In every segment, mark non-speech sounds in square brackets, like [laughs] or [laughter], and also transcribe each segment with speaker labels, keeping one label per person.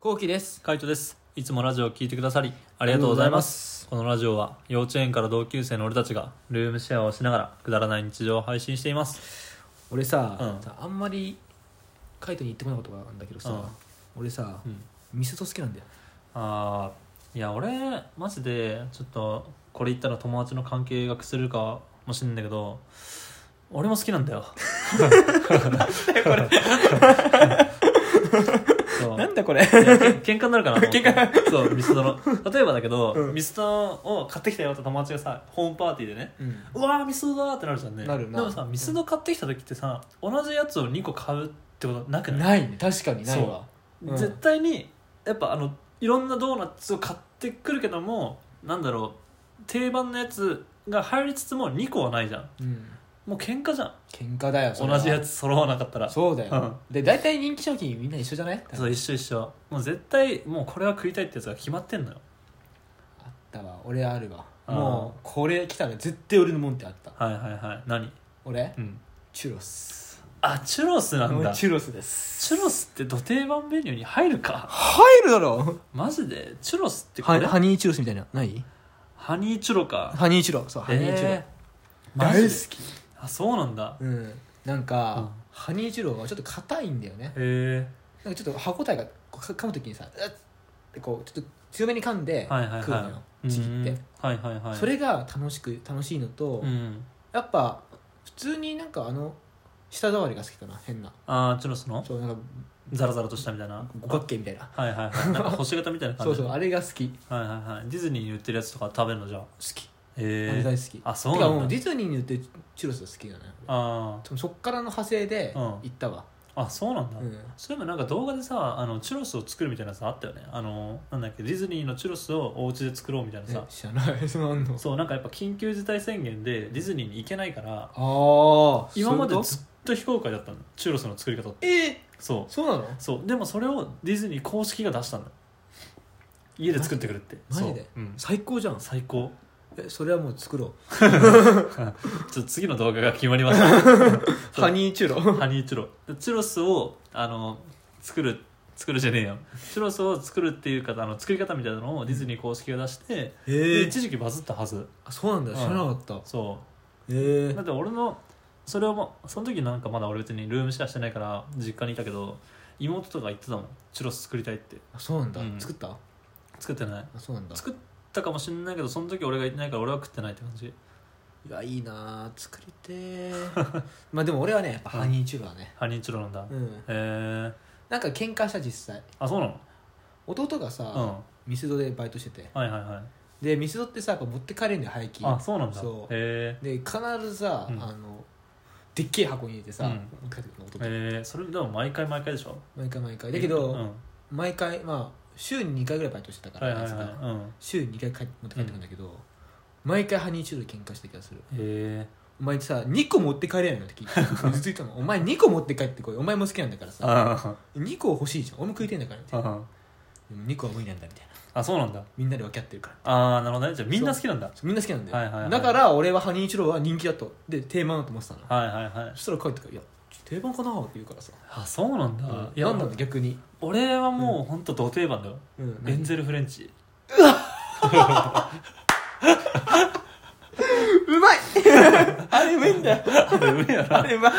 Speaker 1: こうきです
Speaker 2: カイトですいつもラジオを聞いてくださりありがとうございますこのラジオは幼稚園から同級生の俺たちがルームシェアをしながらくだらない日常を配信しています
Speaker 1: 俺さ、
Speaker 2: うん
Speaker 1: あんまりカイトに言ってこなかったことがあるんだけどさ、俺さ、
Speaker 2: うん
Speaker 1: ミスド好きなんだよ
Speaker 2: あーいや俺マジでちょっとこれ言ったら友達の関係が崩れるかもしれないんだけど俺も好きなんだよそう
Speaker 1: [laughs] なんだこれ
Speaker 2: いやけん喧嘩になるかなと思って
Speaker 1: 喧
Speaker 2: そうミスドの例えばだけど、
Speaker 1: うん
Speaker 2: ミスドを買ってきたよって友達がさホームパーティーでね
Speaker 1: [laughs] うん
Speaker 2: うわーミスドだーってなるじゃんね
Speaker 1: なるな
Speaker 2: でもさミスド買ってきた時ってさ同じやつを2個買うってことなくない
Speaker 1: ないね確かにないわうん
Speaker 2: 絶対にやっぱあのいろんなドーナツを買ってくるけどもなんだろう定番のやつが入りつつも2個はないじゃん
Speaker 1: うん
Speaker 2: もう喧嘩じゃん
Speaker 1: 喧嘩だよそれ
Speaker 2: 同
Speaker 1: は
Speaker 2: じやつ揃わなかったら
Speaker 1: そうだよ、で大体人気商品みんな一緒じゃない
Speaker 2: そう一緒一緒もう絶対もうこれは食いたいってやつが決まってんのよ
Speaker 1: あったわ俺あるわ
Speaker 2: あー
Speaker 1: もうこれ来たら絶対俺のもんってあった
Speaker 2: はいはいはい何
Speaker 1: 俺
Speaker 2: うん
Speaker 1: チュロス
Speaker 2: あチュロスなん
Speaker 1: も
Speaker 2: だ
Speaker 1: う
Speaker 2: チ
Speaker 1: チュロスです
Speaker 2: ュロスってど定番メニューに入るか
Speaker 1: 入るだろ
Speaker 2: マジでチュロスってこ
Speaker 1: ハ
Speaker 2: れ
Speaker 1: ハニーチュロスみたいなない
Speaker 2: ハニーチュロか
Speaker 1: ハニーチュロそうハニーチュロ、
Speaker 2: えーマジで
Speaker 1: き
Speaker 2: あそうなんだ
Speaker 1: うんなんか、
Speaker 2: うん
Speaker 1: ハニーチュロはちょっと硬いんだよね
Speaker 2: へえ
Speaker 1: なんかちょっと歯応えがこうか噛むときにさうっってこうちょっと強めに噛んで食
Speaker 2: はいはいはいう
Speaker 1: のよちぎって
Speaker 2: はいはいはい
Speaker 1: それが楽しく楽しいのと、
Speaker 2: うん
Speaker 1: やっぱ普通になんかあの舌触りが好きかな変な
Speaker 2: あーチュロスの
Speaker 1: そうなんか
Speaker 2: ザラザラとしたみたいな
Speaker 1: 五角形みたいな
Speaker 2: はい
Speaker 1: [laughs]
Speaker 2: はいはいなんか星型みたいな感
Speaker 1: そう
Speaker 2: じ
Speaker 1: そうあれが好き好
Speaker 2: はいはいはいディズニーに売ってるやつとか食べるのじゃあ
Speaker 1: き、あれ
Speaker 2: へ
Speaker 1: 大
Speaker 2: え
Speaker 1: 好き
Speaker 2: あそう
Speaker 1: て
Speaker 2: な
Speaker 1: かもうんデ
Speaker 2: だ
Speaker 1: ィズニーに売ってるチュロスが好きだね
Speaker 2: あー
Speaker 1: そっからの派生で
Speaker 2: うん
Speaker 1: 行ったわ、
Speaker 2: あそうなんだ
Speaker 1: うん
Speaker 2: そういえばなんか動画でさあのチュロスを作るみたいなやつあったよねあのなんだっけディズニーのチュロスをお家で作ろうみたいな
Speaker 1: え
Speaker 2: さ
Speaker 1: 知らない [laughs] そのあんの
Speaker 2: そうなんかやっぱ緊急事態宣言でディズニーに行けないから
Speaker 1: ああ
Speaker 2: 今まで
Speaker 1: そういうこと
Speaker 2: ずっと非公開だったのチュロスの作り方って
Speaker 1: えー
Speaker 2: そう
Speaker 1: そうなの
Speaker 2: そうでもそれをディズニー公式が出したの家で作ってくるって
Speaker 1: マジで
Speaker 2: そう、うん、
Speaker 1: 最高じゃん
Speaker 2: 最高
Speaker 1: えそれはもう作ろう
Speaker 2: ちょっと次の動画が決まりまし
Speaker 1: [laughs]
Speaker 2: たそう
Speaker 1: ハニーチュロ
Speaker 2: ハニーチュロチュロスをあの作る作るじゃねえよチュロスを作るっていうかあの作り方みたいなのをディズニー公式が出して、で
Speaker 1: [laughs] え
Speaker 2: 一時期バズったはず
Speaker 1: あそうなんだ知らなかった
Speaker 2: そ
Speaker 1: え
Speaker 2: うだって俺のそれをもその時なんかまだ俺別にルームシェアしてないから実家にいたけど妹とか言ってたもんチュロス作りたいって
Speaker 1: あそうなんだ
Speaker 2: うん
Speaker 1: 作ったあ
Speaker 2: 作ってない
Speaker 1: そうなんだ
Speaker 2: 作ったかもしれないけどその時俺がいないから俺は食ってないって感じ
Speaker 1: いやいいなあ作りてー [laughs] まあでも俺はねやっぱハニーチュロだね
Speaker 2: ハニーチュロなんだ、
Speaker 1: う
Speaker 2: へ
Speaker 1: ん
Speaker 2: え
Speaker 1: なんか喧嘩した実際
Speaker 2: あそうなの
Speaker 1: 弟が
Speaker 2: うん
Speaker 1: さミスドでバイトしてて
Speaker 2: はいはいはい
Speaker 1: でミスドってさやっぱ持って帰れるんだよ廃
Speaker 2: あ
Speaker 1: 棄
Speaker 2: そうなんだ
Speaker 1: そ
Speaker 2: へ
Speaker 1: うで
Speaker 2: え
Speaker 1: 必ずさあ
Speaker 2: うん
Speaker 1: のでっけえ箱に入れてさ
Speaker 2: うん
Speaker 1: 持って帰ってくるの弟
Speaker 2: えー、それでも毎回毎回でしょ
Speaker 1: 毎回毎回だけ
Speaker 2: うん、は
Speaker 1: ど毎回まあ週に2回ぐらいバイトしてた
Speaker 2: い
Speaker 1: か
Speaker 2: はい
Speaker 1: ら
Speaker 2: は
Speaker 1: あ
Speaker 2: い
Speaker 1: いつが
Speaker 2: うん
Speaker 1: 週に2回帰持って帰ってくるんだけど、毎回ハニーチュール喧嘩した気がする
Speaker 2: へえ
Speaker 1: お前さ2個持って帰れないのって聞いてずっと言ったもんお前2個持って帰ってこいお前も好きなんだからさ
Speaker 2: あ
Speaker 1: 2個欲しいじゃん俺も食いてんだからみたいな
Speaker 2: あ
Speaker 1: でも2個は無理なんだみたいな
Speaker 2: あそうなんだ
Speaker 1: みんなで分け合ってるから
Speaker 2: ああなるほどねじゃあみんな好きなんだ
Speaker 1: そうみんな好きなんだよ、
Speaker 2: はいはいはい
Speaker 1: だから俺はハニーチュロは人気だとで定番だと思ってたの
Speaker 2: はいはいはい
Speaker 1: そしたら帰ってから「いや定番かな?」って言うからさ、
Speaker 2: あそうなんだ、いや
Speaker 1: なんだろう逆に、
Speaker 2: 俺はもう本当ど定番だよ、
Speaker 1: うん、
Speaker 2: エンゼルフレンチ
Speaker 1: うまいあれうまいんだよ
Speaker 2: あれうめ
Speaker 1: [laughs]
Speaker 2: えよ
Speaker 1: あ
Speaker 2: な
Speaker 1: れうまい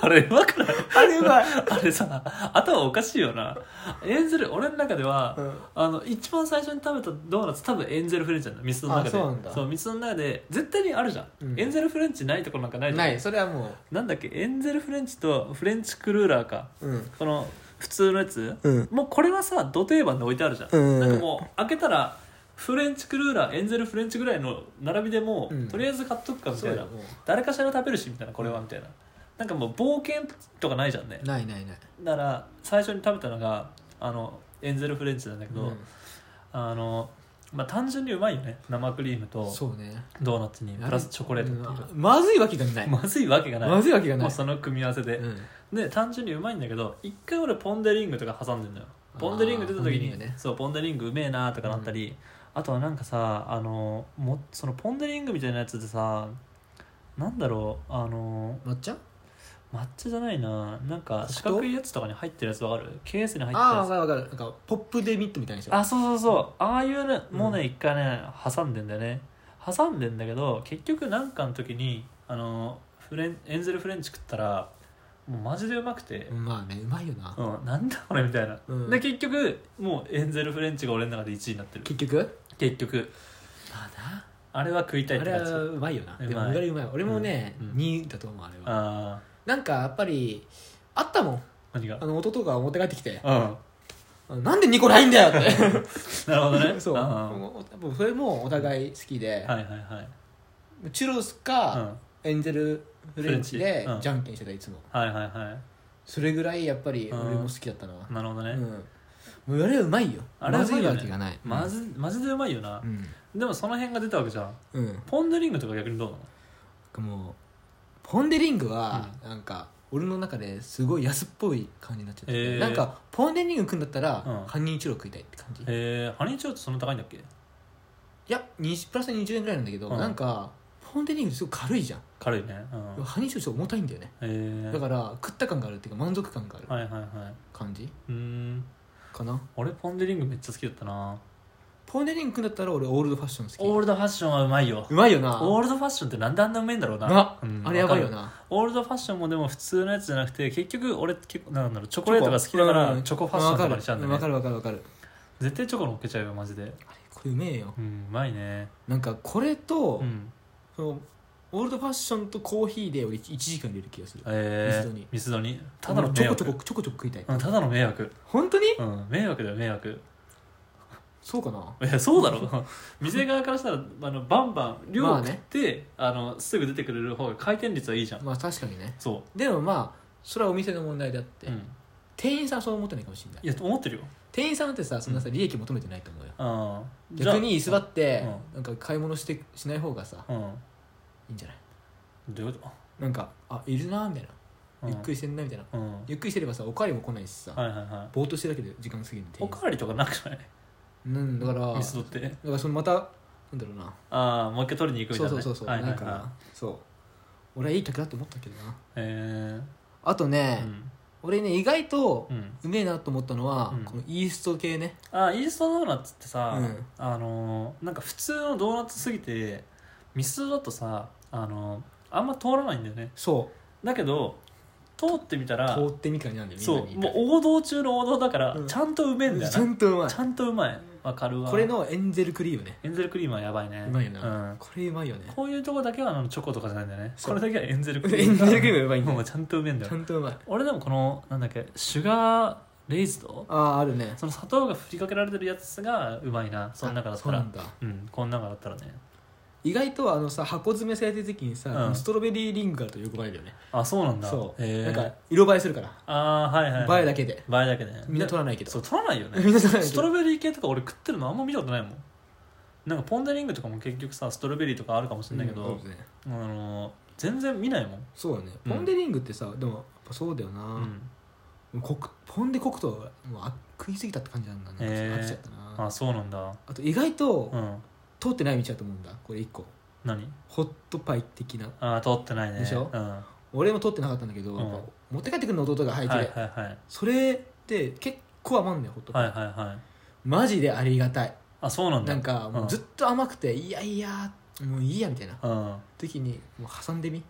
Speaker 2: あれうまくない
Speaker 1: あれうまい、
Speaker 2: あれさ頭おかしいよなエンゼル俺の中では、
Speaker 1: うん
Speaker 2: あの一番最初に食べたドーナツ多分エンゼルフレンチなんだミスドの中で
Speaker 1: あそうなんだ
Speaker 2: ミスドの中で絶対にあるじゃん、
Speaker 1: うん
Speaker 2: エンゼルフレンチないところなんかないじゃん
Speaker 1: ないそれはも
Speaker 2: なんだっけエンゼルフレンチとフレンチクルーラーか
Speaker 1: ううん
Speaker 2: この普通のやつ、
Speaker 1: うん
Speaker 2: もうこれはさ土定番で置いてあるじゃん、
Speaker 1: うんうんうん
Speaker 2: なんかもう開けたらフレンチクルーラーエンゼルフレンチぐらいの並びでもう、
Speaker 1: うん
Speaker 2: とりあえず買っとくかみ
Speaker 1: そ
Speaker 2: た
Speaker 1: う
Speaker 2: い
Speaker 1: だ
Speaker 2: な
Speaker 1: よも
Speaker 2: 誰かしら食べるしみたいなこれはみたいな、なんかもう冒険とかないじゃんね
Speaker 1: うないないない
Speaker 2: だから最初に食べたのがあのエンゼルフレンチなんだけど、
Speaker 1: うん
Speaker 2: あのまあ単純にうまいよね生クリームと
Speaker 1: そうね
Speaker 2: ドーナツにプラスチョコレートっていう、
Speaker 1: うんまずいわけがない、
Speaker 2: まずいわけがない、
Speaker 1: まずいわけが
Speaker 2: も
Speaker 1: な
Speaker 2: う
Speaker 1: い、
Speaker 2: その組み合わせで、
Speaker 1: うん
Speaker 2: で単純にうまいんだけど一回俺ポン・デ・リングとか挟んでんのよポン・デ・リング出た
Speaker 1: あーポンデ
Speaker 2: 時
Speaker 1: リン
Speaker 2: に
Speaker 1: グね
Speaker 2: そうポン・デ・リングうめえなとかなったり、あとはなんかさあのもそのポン・デ・リングみたいなやつでさなんだろうあの
Speaker 1: 抹茶
Speaker 2: 抹茶じゃないななんか
Speaker 1: ソフト
Speaker 2: 四角いやつとかに入ってるやつわかるケースに入ってる
Speaker 1: ああ分か
Speaker 2: や
Speaker 1: る分かるなんかポップデミットみたいなやつ
Speaker 2: つあそうそうそうああいうねもうね
Speaker 1: うん
Speaker 2: 一回ね挟んでんだよね挟んでんだけど結局なんかの時にあのフレンエンゼルフレンチ食ったらもうマジでうまくて、
Speaker 1: まあねうまいよな、
Speaker 2: うん、なんだこれみたいな、
Speaker 1: うん
Speaker 2: で結局もうエンゼルフレンチが俺の中で1位になってる
Speaker 1: 結局
Speaker 2: 結局
Speaker 1: まあ
Speaker 2: あれは食いたい
Speaker 1: な
Speaker 2: っ
Speaker 1: あ
Speaker 2: て
Speaker 1: れは
Speaker 2: 感じ
Speaker 1: うまいよな
Speaker 2: うまい
Speaker 1: でもあれうまい俺もね、
Speaker 2: うんうん
Speaker 1: 2だと思うあれは
Speaker 2: ああ
Speaker 1: なんかやっぱりあったもん
Speaker 2: 何が
Speaker 1: あの弟が持って帰ってきて
Speaker 2: うん
Speaker 1: あのなんで2個ないんだよっ
Speaker 2: なるほど
Speaker 1: て [laughs]
Speaker 2: ね
Speaker 1: そう
Speaker 2: ああ
Speaker 1: もうもうそれもお互い好きで、
Speaker 2: はいはいはい
Speaker 1: チュロス
Speaker 2: うん
Speaker 1: か、エンゼルフレンチ
Speaker 2: フ
Speaker 1: で
Speaker 2: レンチうん
Speaker 1: じゃんけんしてたいつも
Speaker 2: はいはいは
Speaker 1: それぐらいやっぱり俺も好きだったな、
Speaker 2: いなるほどね、
Speaker 1: うん、もうあれはうまいよ
Speaker 2: あれ
Speaker 1: ま
Speaker 2: はう
Speaker 1: ず
Speaker 2: まい
Speaker 1: い
Speaker 2: よね
Speaker 1: わけがない
Speaker 2: マジマジでうまいよな
Speaker 1: う、ん、
Speaker 2: でもその辺が出たわけじゃん
Speaker 1: うん
Speaker 2: ポン・デ・リングとか逆にどうなの
Speaker 1: もうポン・デ・リングはなんか俺の中ですごい安っぽい感じになっちゃってて、
Speaker 2: へー
Speaker 1: なんかポン・デ・リング食うんだったら
Speaker 2: うん
Speaker 1: 半日一郎食いたいって感じ、い
Speaker 2: へえハニーチュロってそんな高いんだっけ
Speaker 1: や20プラス20円ぐらいなんだけど、
Speaker 2: うん
Speaker 1: なんかポン・デ・リングすごい軽いじゃん
Speaker 2: 軽いねうんへ
Speaker 1: ハニーチョウちょっと重たいんだよね
Speaker 2: え
Speaker 1: だから食った感があるっていうか満足感がある
Speaker 2: はいはいはい
Speaker 1: 感じ
Speaker 2: うーん
Speaker 1: かな、
Speaker 2: 俺ポン・デ・リングめっちゃ好きだったな
Speaker 1: ポン・デ・リング食うんだったら俺オールドファッション
Speaker 2: オ
Speaker 1: 好
Speaker 2: ールドファッションはうまいよ
Speaker 1: きうまいよな
Speaker 2: オールドファッションってなんであんなうめえんだろうな
Speaker 1: な
Speaker 2: うん
Speaker 1: あれやばいよ
Speaker 2: わかる
Speaker 1: な
Speaker 2: オールドファッションもでも普通のやつじゃなくて結局俺結構なんだろうチョコレートが好きだか
Speaker 1: う
Speaker 2: ら
Speaker 1: ん
Speaker 2: チョコファッションとかにしちゃうんだよ
Speaker 1: わか
Speaker 2: ね
Speaker 1: るわかるわかるわかる
Speaker 2: 絶対チョコ乗っけちゃうよマジで
Speaker 1: あれこれうめえよ
Speaker 2: うんうまいね
Speaker 1: なんかこれと、
Speaker 2: うん
Speaker 1: そのオールドファッションとコーヒーで俺1時間入れる気がするミ
Speaker 2: え
Speaker 1: スド
Speaker 2: ー
Speaker 1: に
Speaker 2: ミスドにただの
Speaker 1: ち
Speaker 2: 迷
Speaker 1: ょこ
Speaker 2: 惑
Speaker 1: ちょこちょこちょこ食いたい、
Speaker 2: うんただの迷惑
Speaker 1: 本当に
Speaker 2: うん迷惑だよ迷惑
Speaker 1: そうかない
Speaker 2: やそうだろ [laughs] 店側からしたらあのバンバン量
Speaker 1: まあ
Speaker 2: を
Speaker 1: ね
Speaker 2: 食って、あのすぐ出てくれる方が回転率はいいじゃん
Speaker 1: まあ確かにね
Speaker 2: そ
Speaker 1: でもまあそれはお店の問題であって、
Speaker 2: う、うん、
Speaker 1: 店員さんはそう思ってないかもしれない
Speaker 2: いや思ってるよ
Speaker 1: 店員さんってさそんなさ利益求めてないと思うよ、
Speaker 2: あーじゃあ
Speaker 1: 逆に居座って、
Speaker 2: う
Speaker 1: なんか買い物してしない方がさ
Speaker 2: うん
Speaker 1: いいんじゃない
Speaker 2: どういうこ
Speaker 1: なんかあいるなみたいな、
Speaker 2: と
Speaker 1: ゆっく
Speaker 2: り
Speaker 1: りしてんなみたいな
Speaker 2: うんはい
Speaker 1: ゆっくりしてればさおかわりも来ないしさ、
Speaker 2: はいはい
Speaker 1: ぼーっとしてるだけで時間過ぎるの店
Speaker 2: お
Speaker 1: 員
Speaker 2: かわりとかなくない
Speaker 1: うんだから
Speaker 2: ミスドって
Speaker 1: だからそのまたなんだろうな
Speaker 2: ああもう一回取りに行くみ
Speaker 1: そ
Speaker 2: た
Speaker 1: う
Speaker 2: いな、
Speaker 1: そう
Speaker 2: ね、
Speaker 1: そうそう、
Speaker 2: はいはい
Speaker 1: な
Speaker 2: は
Speaker 1: ん
Speaker 2: い
Speaker 1: かなそう俺はいい客だと思ったけどな
Speaker 2: え
Speaker 1: あと
Speaker 2: え
Speaker 1: ね、
Speaker 2: うん
Speaker 1: 俺ね意外と
Speaker 2: うん
Speaker 1: うめえなと思ったのは、
Speaker 2: うん
Speaker 1: このイースト系ね
Speaker 2: あーイーストドーナツってさ、
Speaker 1: うん
Speaker 2: あのーなんか普通のドーナツすぎてミスドだとさあのーあんま通らないんだよね
Speaker 1: そう
Speaker 2: だけど通ってみたら
Speaker 1: 通ってみかになんだよみん
Speaker 2: そ
Speaker 1: な
Speaker 2: う
Speaker 1: に
Speaker 2: もう王道中の王道だから、
Speaker 1: うん
Speaker 2: ちゃんとうめえんだよ
Speaker 1: ちゃ
Speaker 2: な、
Speaker 1: んとうまい
Speaker 2: ちゃんとうまいわかるわ
Speaker 1: これのエンゼルクリームね
Speaker 2: エンゼルクリームはやばいね
Speaker 1: うまいよな、
Speaker 2: うん
Speaker 1: これうまいよね
Speaker 2: こういうとこだけはあのチョコとかじゃないんだよね
Speaker 1: そ
Speaker 2: こ
Speaker 1: う
Speaker 2: れだけはエンゼルクリー
Speaker 1: エ
Speaker 2: ム
Speaker 1: ンゼルクリームうまいんだ
Speaker 2: も
Speaker 1: よ
Speaker 2: うちゃんとうめえんだ
Speaker 1: ち
Speaker 2: よ
Speaker 1: ゃんとうまい
Speaker 2: 俺でもこのなんだっけシュガーレイズド
Speaker 1: あああるね
Speaker 2: その砂糖が振りかけられてるやつがうまいなその中だった
Speaker 1: あそ
Speaker 2: ら
Speaker 1: うなんだ
Speaker 2: うんこの中だったらね
Speaker 1: 意外とあのさ箱詰めされてる時にさ、
Speaker 2: うん
Speaker 1: ストロベリーリングがあるとよく映えるよね
Speaker 2: あそうなんだ
Speaker 1: そう、
Speaker 2: へえ
Speaker 1: なんか色映えするから
Speaker 2: あーはいはい、はい、
Speaker 1: 映えだけで
Speaker 2: 映えだけね
Speaker 1: みんな取
Speaker 2: ら
Speaker 1: らないけど
Speaker 2: そう取らないよ
Speaker 1: [laughs]
Speaker 2: ね
Speaker 1: みんな取らないけど
Speaker 2: ストロベリー系とか俺食ってるのあんま見たことないもんなんかポン・デ・リングとかも結局さストロベリーとかあるかもしれないけど、
Speaker 1: うん
Speaker 2: あの全然見ないもん、
Speaker 1: そうだね
Speaker 2: うん
Speaker 1: ポン・デ・リングってさ、でもやっぱそうだよ
Speaker 2: う
Speaker 1: な、
Speaker 2: ん、
Speaker 1: コクポン・デ・コクとはもうあ食いすぎたって感じなんだね、
Speaker 2: へー
Speaker 1: 飽きちゃったなあ
Speaker 2: あそうなんだ
Speaker 1: と意外と、
Speaker 2: うん
Speaker 1: 通ってない道だと思うんだこれ一個
Speaker 2: 何
Speaker 1: ホットパイ的な
Speaker 2: あ取ってないね
Speaker 1: でしょ
Speaker 2: うん、は
Speaker 1: 俺も通ってなかったんだけど、
Speaker 2: うん
Speaker 1: やっぱ持って帰ってくるの弟が入
Speaker 2: い
Speaker 1: って、
Speaker 2: はいはい
Speaker 1: それって結構余んねホットパ
Speaker 2: は
Speaker 1: イ、
Speaker 2: いはいはい
Speaker 1: マジでありがたい
Speaker 2: あそうなんだ
Speaker 1: なんかもうずっと甘くて、いやいやもういいやみたいな
Speaker 2: うん、うん、
Speaker 1: 時にもう挟んでみ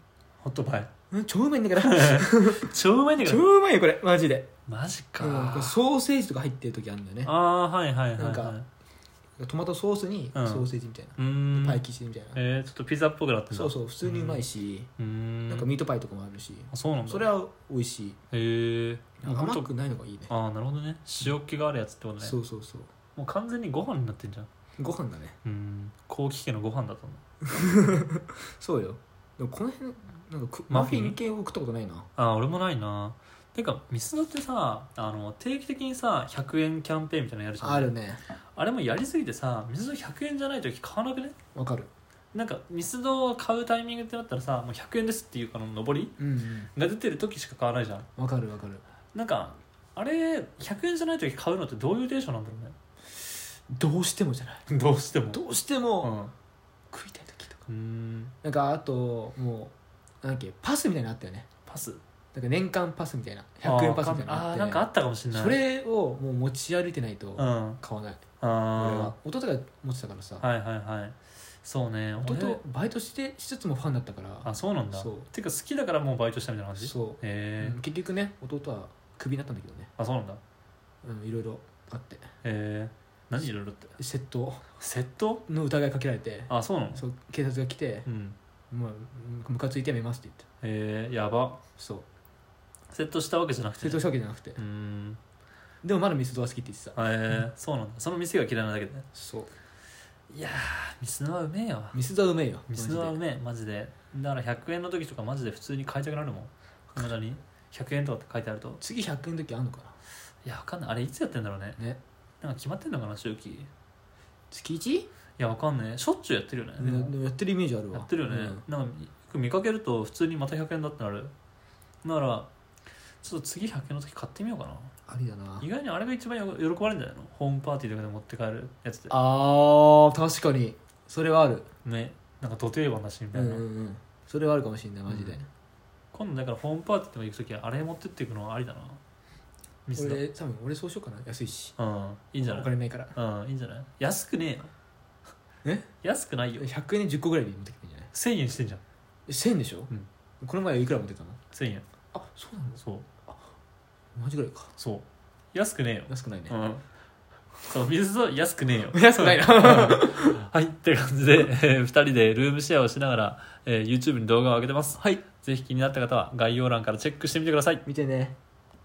Speaker 2: ホットパイ
Speaker 1: うん超うまいんだから
Speaker 2: [laughs] 超うまいんだけ
Speaker 1: 超
Speaker 2: ど
Speaker 1: うまいよこれマジで
Speaker 2: マジか、
Speaker 1: うんこれソーセージとか入ってる時あるんだよね
Speaker 2: ああーはいはいはい、はい、
Speaker 1: なんかトマトソースにソ
Speaker 2: うん
Speaker 1: ーセージみたいな、
Speaker 2: うーん
Speaker 1: パイ生地みたいな、
Speaker 2: えー、ちょっとピザっぽくなってんだ
Speaker 1: そうそう普通にうまいし、
Speaker 2: うーん
Speaker 1: なんかミートパイとかもあるし、
Speaker 2: あそうなんだ
Speaker 1: それは美味しい
Speaker 2: へえ
Speaker 1: 甘くないのがいいね
Speaker 2: ああなるほどね塩気があるやつってことね
Speaker 1: そうそうそう
Speaker 2: もう完全にご飯になってんじゃん
Speaker 1: ご飯だね
Speaker 2: うん後期家のご飯だったの
Speaker 1: そうよでもこの辺なんかく
Speaker 2: マ
Speaker 1: マ
Speaker 2: フ
Speaker 1: フ
Speaker 2: ィン
Speaker 1: ィン系を食ったことないな
Speaker 2: ああ俺もないなてかミスドってさあの定期的にさ100円キャンペーンみたいなのやるじゃん
Speaker 1: あるね
Speaker 2: あれもやりすぎてさミスド100円じゃない時買わなくね
Speaker 1: わかる
Speaker 2: なんかミスドを買うタイミングってなったらさもう100円ですっていうかの上り
Speaker 1: うん
Speaker 2: が出てる時しか買わないじゃん
Speaker 1: わかるわかる
Speaker 2: なんかあれ100円じゃない時買うのってどういうテンションなんだろ
Speaker 1: どうしてもじゃないう
Speaker 2: ねどうしても
Speaker 1: どうして
Speaker 2: う
Speaker 1: も
Speaker 2: ん
Speaker 1: 食いたい時とか
Speaker 2: うーん
Speaker 1: なんかあともうなんだっけパスみたいなのあったよね
Speaker 2: パス
Speaker 1: なんか年間パスみたいな100円パスみたいなの
Speaker 2: あー
Speaker 1: あっ
Speaker 2: あー
Speaker 1: て
Speaker 2: なんかあったかもしれない
Speaker 1: それをもう持ち歩いてないと
Speaker 2: うんあ
Speaker 1: 買わない、俺は
Speaker 2: あ
Speaker 1: 弟が持ってたからさ、
Speaker 2: ーはいはいはいそうね俺
Speaker 1: 弟バイトしてしつつもファンだったから
Speaker 2: あそうなんだ
Speaker 1: そう
Speaker 2: ていうか好きだからもうバイトしたみたいな感じ
Speaker 1: そう、
Speaker 2: へえ
Speaker 1: うん結局ね弟はクビになったんだけどね
Speaker 2: あそうなんだへ
Speaker 1: うんいろいろあって
Speaker 2: え何いろいろって
Speaker 1: 窃盗
Speaker 2: 窃盗
Speaker 1: の疑いかけられて
Speaker 2: あそうなの
Speaker 1: そう警察が来て
Speaker 2: うん
Speaker 1: 「まあムカついてやめます」って言って
Speaker 2: へえやば
Speaker 1: そう
Speaker 2: 窃盗したわけじゃなくて
Speaker 1: 窃盗したわけじゃなくて
Speaker 2: うーん
Speaker 1: でもまだミスドは好きって言ってた
Speaker 2: へえそうなんだその店が嫌いなだけでね
Speaker 1: そう
Speaker 2: いやーミスノはうめえよ
Speaker 1: ミスドはうめえよ
Speaker 2: ミスノはう
Speaker 1: マジで
Speaker 2: めえマジでだから100円の時とかマジで普通に買いたくなるも [laughs] ん無駄に100円とかって書いてあると
Speaker 1: 次100円の時あんのか
Speaker 2: いやわかんないあれいつやってんだろうね
Speaker 1: なね
Speaker 2: なんか決まってんのかな周期い
Speaker 1: 月 1?
Speaker 2: やわかんないしょっちゅうやってるよね、でも
Speaker 1: でもやってるイメージあるわ
Speaker 2: やってるよね、
Speaker 1: うん
Speaker 2: なんかよく見かけると普通にまた100円だってなるだからちょっと次100円の時買ってみようかな
Speaker 1: ありだな
Speaker 2: 意外にあれが一番よ喜ばれるんじゃないのホームパーティーとかで持って帰るやつで
Speaker 1: あー確かにそれはある
Speaker 2: ねなんか土定番だしみ
Speaker 1: う
Speaker 2: たい
Speaker 1: ん
Speaker 2: な、
Speaker 1: うんうんそれはあるかもしれないマジで、
Speaker 2: うん今度だからホームパーティーとか行く時はあれ持ってっていくのはありだなミスだ
Speaker 1: 俺多分俺そうしようかな安いし
Speaker 2: うんいいんじゃ
Speaker 1: お
Speaker 2: ない
Speaker 1: 金ないから
Speaker 2: うんいいんじゃない安くねえよ
Speaker 1: え
Speaker 2: 安くないよ
Speaker 1: 100円で10個ぐらいで持ってきていいんじゃない
Speaker 2: 1000円してんじゃん
Speaker 1: え1000円でしょ、
Speaker 2: うん
Speaker 1: この前いくら持ってたの
Speaker 2: 1000円
Speaker 1: あそうなんで
Speaker 2: そう
Speaker 1: マジぐらいか
Speaker 2: そう安くねえよ
Speaker 1: 安くないね、
Speaker 2: うんそう水と安くねえよ
Speaker 1: 安くないな [laughs]
Speaker 2: はいって感じで、え2人でルームシェアをしながら、えー YouTube に動画を上げてますはいぜひ気になった方は概要欄からチェックしてみてください
Speaker 1: 見てね